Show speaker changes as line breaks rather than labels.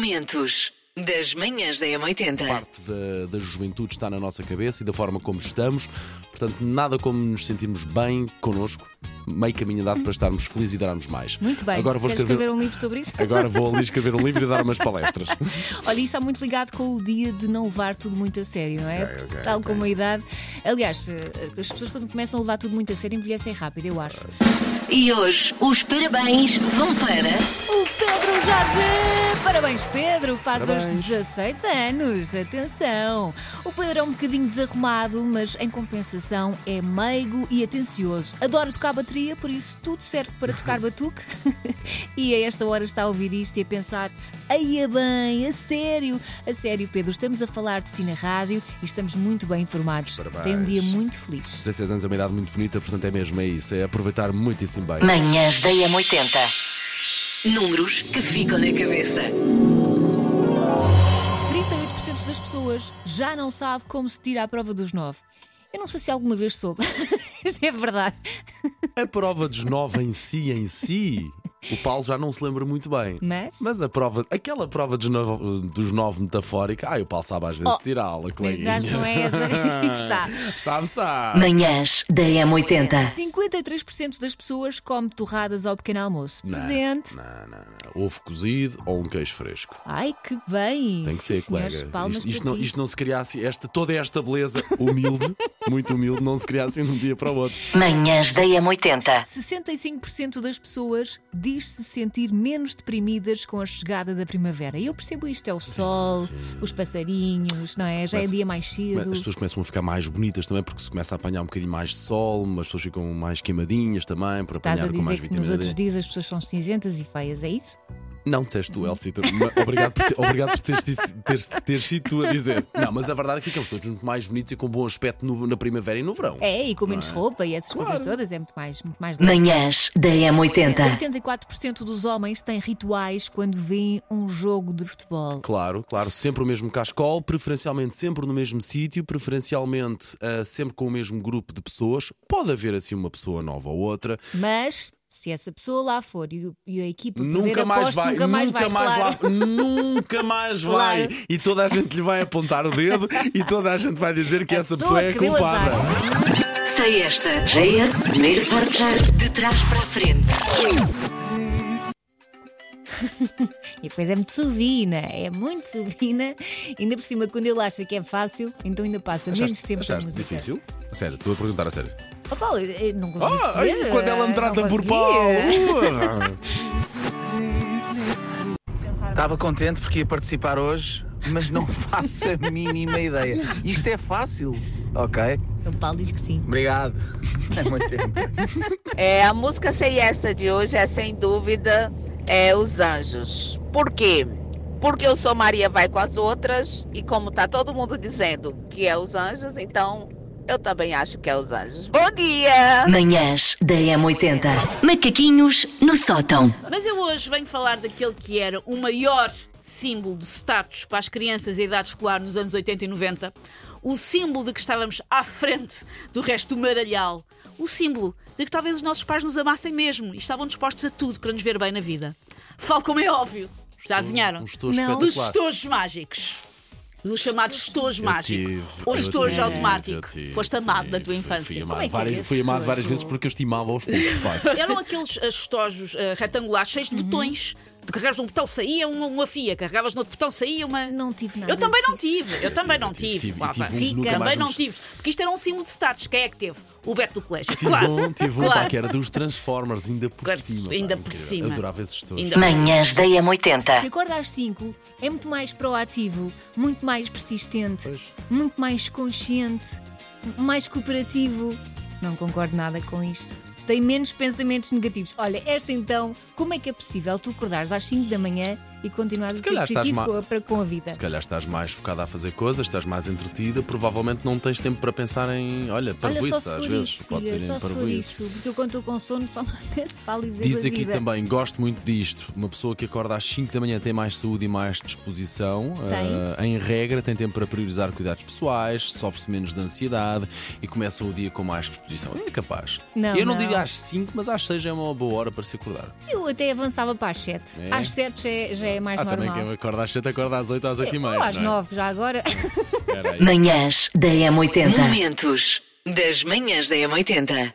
Momentos das manhãs da M80.
parte da, da juventude está na nossa cabeça e da forma como estamos. Portanto, nada como nos sentirmos bem connosco, meio caminho andado para estarmos felizes e darmos mais.
Muito bem.
Agora vou
Queres
escrever,
um livro sobre isso?
Agora vou ali escrever um livro e dar umas palestras.
Olha, isto está muito ligado com o dia de não levar tudo muito a sério, não é?
Ok, ok,
Tal
ok.
como a idade. Aliás, eh, as pessoas quando começam a levar tudo muito a sério envelhecem rápido, eu acho.
E hoje os parabéns vão para.
O Pedro Jorge! Parabéns, Pedro! Faz
Parabéns.
os 16 anos, atenção! O Pedro é um bocadinho desarrumado, mas em compensação é meigo e atencioso. Adora tocar bateria, por isso tudo serve para tocar batuque. e a esta hora está a ouvir isto e a pensar: aia bem, a sério! A sério, Pedro, estamos a falar de ti na rádio e estamos muito bem informados. Tem um dia muito feliz.
16 anos é uma idade muito bonita, portanto é mesmo, é isso. É aproveitar muitíssimo bem.
Manhãs da M80. Números que ficam na cabeça.
38% das pessoas já não sabe como se tira a prova dos 9. Eu não sei se alguma vez soube. Isto é verdade.
A prova dos 9 em si, em si, o Paulo já não se lembra muito bem.
Mas?
Mas a prova, aquela prova dos 9, dos 9 metafórica, ai, o Paulo sabe às vezes
Oh,
tirá-la,
Mas
coleguinha.
das não é essa. Aí Está.
Sabe, sabe.
Manhãs da M80.
53% das pessoas come torradas ao pequeno almoço. Presente.
Não, não, não. Ovo cozido ou um queijo fresco.
Ai, que bem.
Tem que
Sim,
ser,
senhores,
colega.
Palmas
isto, isto
para
não,
ti.
isto não se criasse, esta, toda esta beleza humilde, muito humilde, não se criasse de um dia para o outro.
Manhãs da M80.
65% das pessoas diz-se sentir menos deprimidas com a chegada da primavera. E eu percebo isto: é o sol, os passarinhos, não é? Já
Mas-
é dia mais cedo.
As pessoas começam a ficar mais bonitas também, porque se começa a apanhar um bocadinho mais de sol, as pessoas ficam mais queimadinhas também, por
Estás a
apanhar com mais
dizer que
vitamina
nos
D.
outros dias as pessoas são cinzentas e feias, é isso?
Não, disseste tu, Elsie. tu- ma- Obrigado por, te- obrigado por teres, dito- teres, teres sido tu a dizer. Não, mas a verdade é que ficamos todos muito mais bonitos e com um bom aspecto no- na primavera e no verão.
É, e com menos roupa e essas coisas todas, é muito mais, muito mais leve.
Manhãs da M80.
84% dos homens têm rituais quando vêem um jogo de futebol.
Claro, claro, sempre o mesmo cascol, preferencialmente sempre no mesmo sítio, preferencialmente ah, sempre com o mesmo grupo de pessoas. Pode haver assim uma pessoa nova ou outra.
Mas se essa pessoa lá for e, o- e a equipa perder
Nunca
a
mais,
posse,
vai,
nunca mais vai, claro.
lá, nunca mais vai.
Claro.
E toda a gente lhe vai apontar o dedo e toda a gente vai dizer que
A
essa
pessoa
pessoa é a
que deu
culpada.
azar.
Sei esta. JS, primeiro portar de trás para a frente.
E depois é muito sovina, é muito sovina. Ainda por cima, quando ele acha que é fácil, então ainda passa menos tempo na
achaste
música.
difícil? A sério, estou a perguntar a sério.
Oh, Paulo, eu- eu não consigo
Ah,
perceber,
ai, quando ela me
não
trata por
consegui.
Paulo!
Estava contente porque ia participar hoje, mas não faço a mínima ideia. Isto é fácil. Ok,
O Então, Paulo diz que sim.
obrigado. É muito tempo.
É, a música seriesta de hoje é sem dúvida é Os Anjos. Por quê? Porque eu sou Maria vai com as outras e como tá todo mundo dizendo que é Os Anjos, então eu também acho que é Os Anjos. Bom dia!
Manhãs da M80. Macaquinhos no sótão.
Mas eu hoje venho falar daquele que era o maior símbolo de status para as crianças em idade escolar nos anos 80 e 90, o símbolo de que estávamos à frente do resto do maralhal, o símbolo de que talvez os nossos pais nos amassem mesmo e estavam dispostos a tudo para nos ver bem na vida. Falo como é óbvio, já adivinharam?
Um estojo
Não.
Dos
espetacular.
estojos mágicos. Dos chamados estojos
tive,
mágicos. Ou
eu
estojo
tive,
automático.
eu tive,
Foste
sim,
amado na
fui-
tua
Fui
infância.
amado,
Como é que é
várias,
esse
fui amado
estojo?
várias vezes porque eu estimava aos poucos, de facto.
Eram aqueles eh, estojos eh, retangulares cheios de
Uhum.
botões. Tu carregavas num botão, saía uma, uma fia. Carregavas no outro botão, saía uma.
Não tive nada
Eu também não
disso.
tive. Eu também não tive.
tive-
Lá
tive
vai.
um
que nunca
Também
mais
não
nos-
tive. Porque isto era um símbolo de status. Quem é que teve? O Beto do Colégio.
Tive
claro.
um, tive um
Claro.
pá, que era dos Transformers, ainda por
Claro,
cima. pá, é
ainda por
incrível.
cima.
Adorava esses estojos.
Ainda-
Manhãs da
Se
M80.
acorda às 5, é muito mais proativo, muito mais persistente,
Pois.
muito mais consciente, mais cooperativo. Não concordo nada com isto. Tem menos pensamentos negativos. Olha, esta então, como é que é possível tu acordares às 5 da manhã e continuares
Se
a ser
calhar estás
positivo
ma-
com a, para- com a vida?
Se calhar estás mais focada a fazer coisas, estás mais entretida, provavelmente não tens tempo para pensar em. Olha,
Olha,
é parvoíce,
só se
às
for
vezes.
isso,
pode
filha,
ser
só
em
se for
parvoíce.
isso. Porque eu quando estou com sono só me apetece paralisar
Diz
a
aqui
vida.
também, gosto muito disto. Uma pessoa que acorda às 5 da manhã tem mais saúde e mais disposição.
Tem.
Ah, em regra, tem tempo para priorizar cuidados pessoais, sofre-se menos de ansiedade e começa o dia com mais disposição. É capaz.
Não,
Eu não,
não.
digo às 5, mas às 6 é uma boa hora para se acordar.
Eu até avançava para as 7.
É?
Às 7 já é, já é é mais
ah, também
normal.
quem acorda às 7 acorda às 8 às 8 e meia. é?
Ou às nove, já agora.
Manhãs da M80. Momentos das manhãs da M80.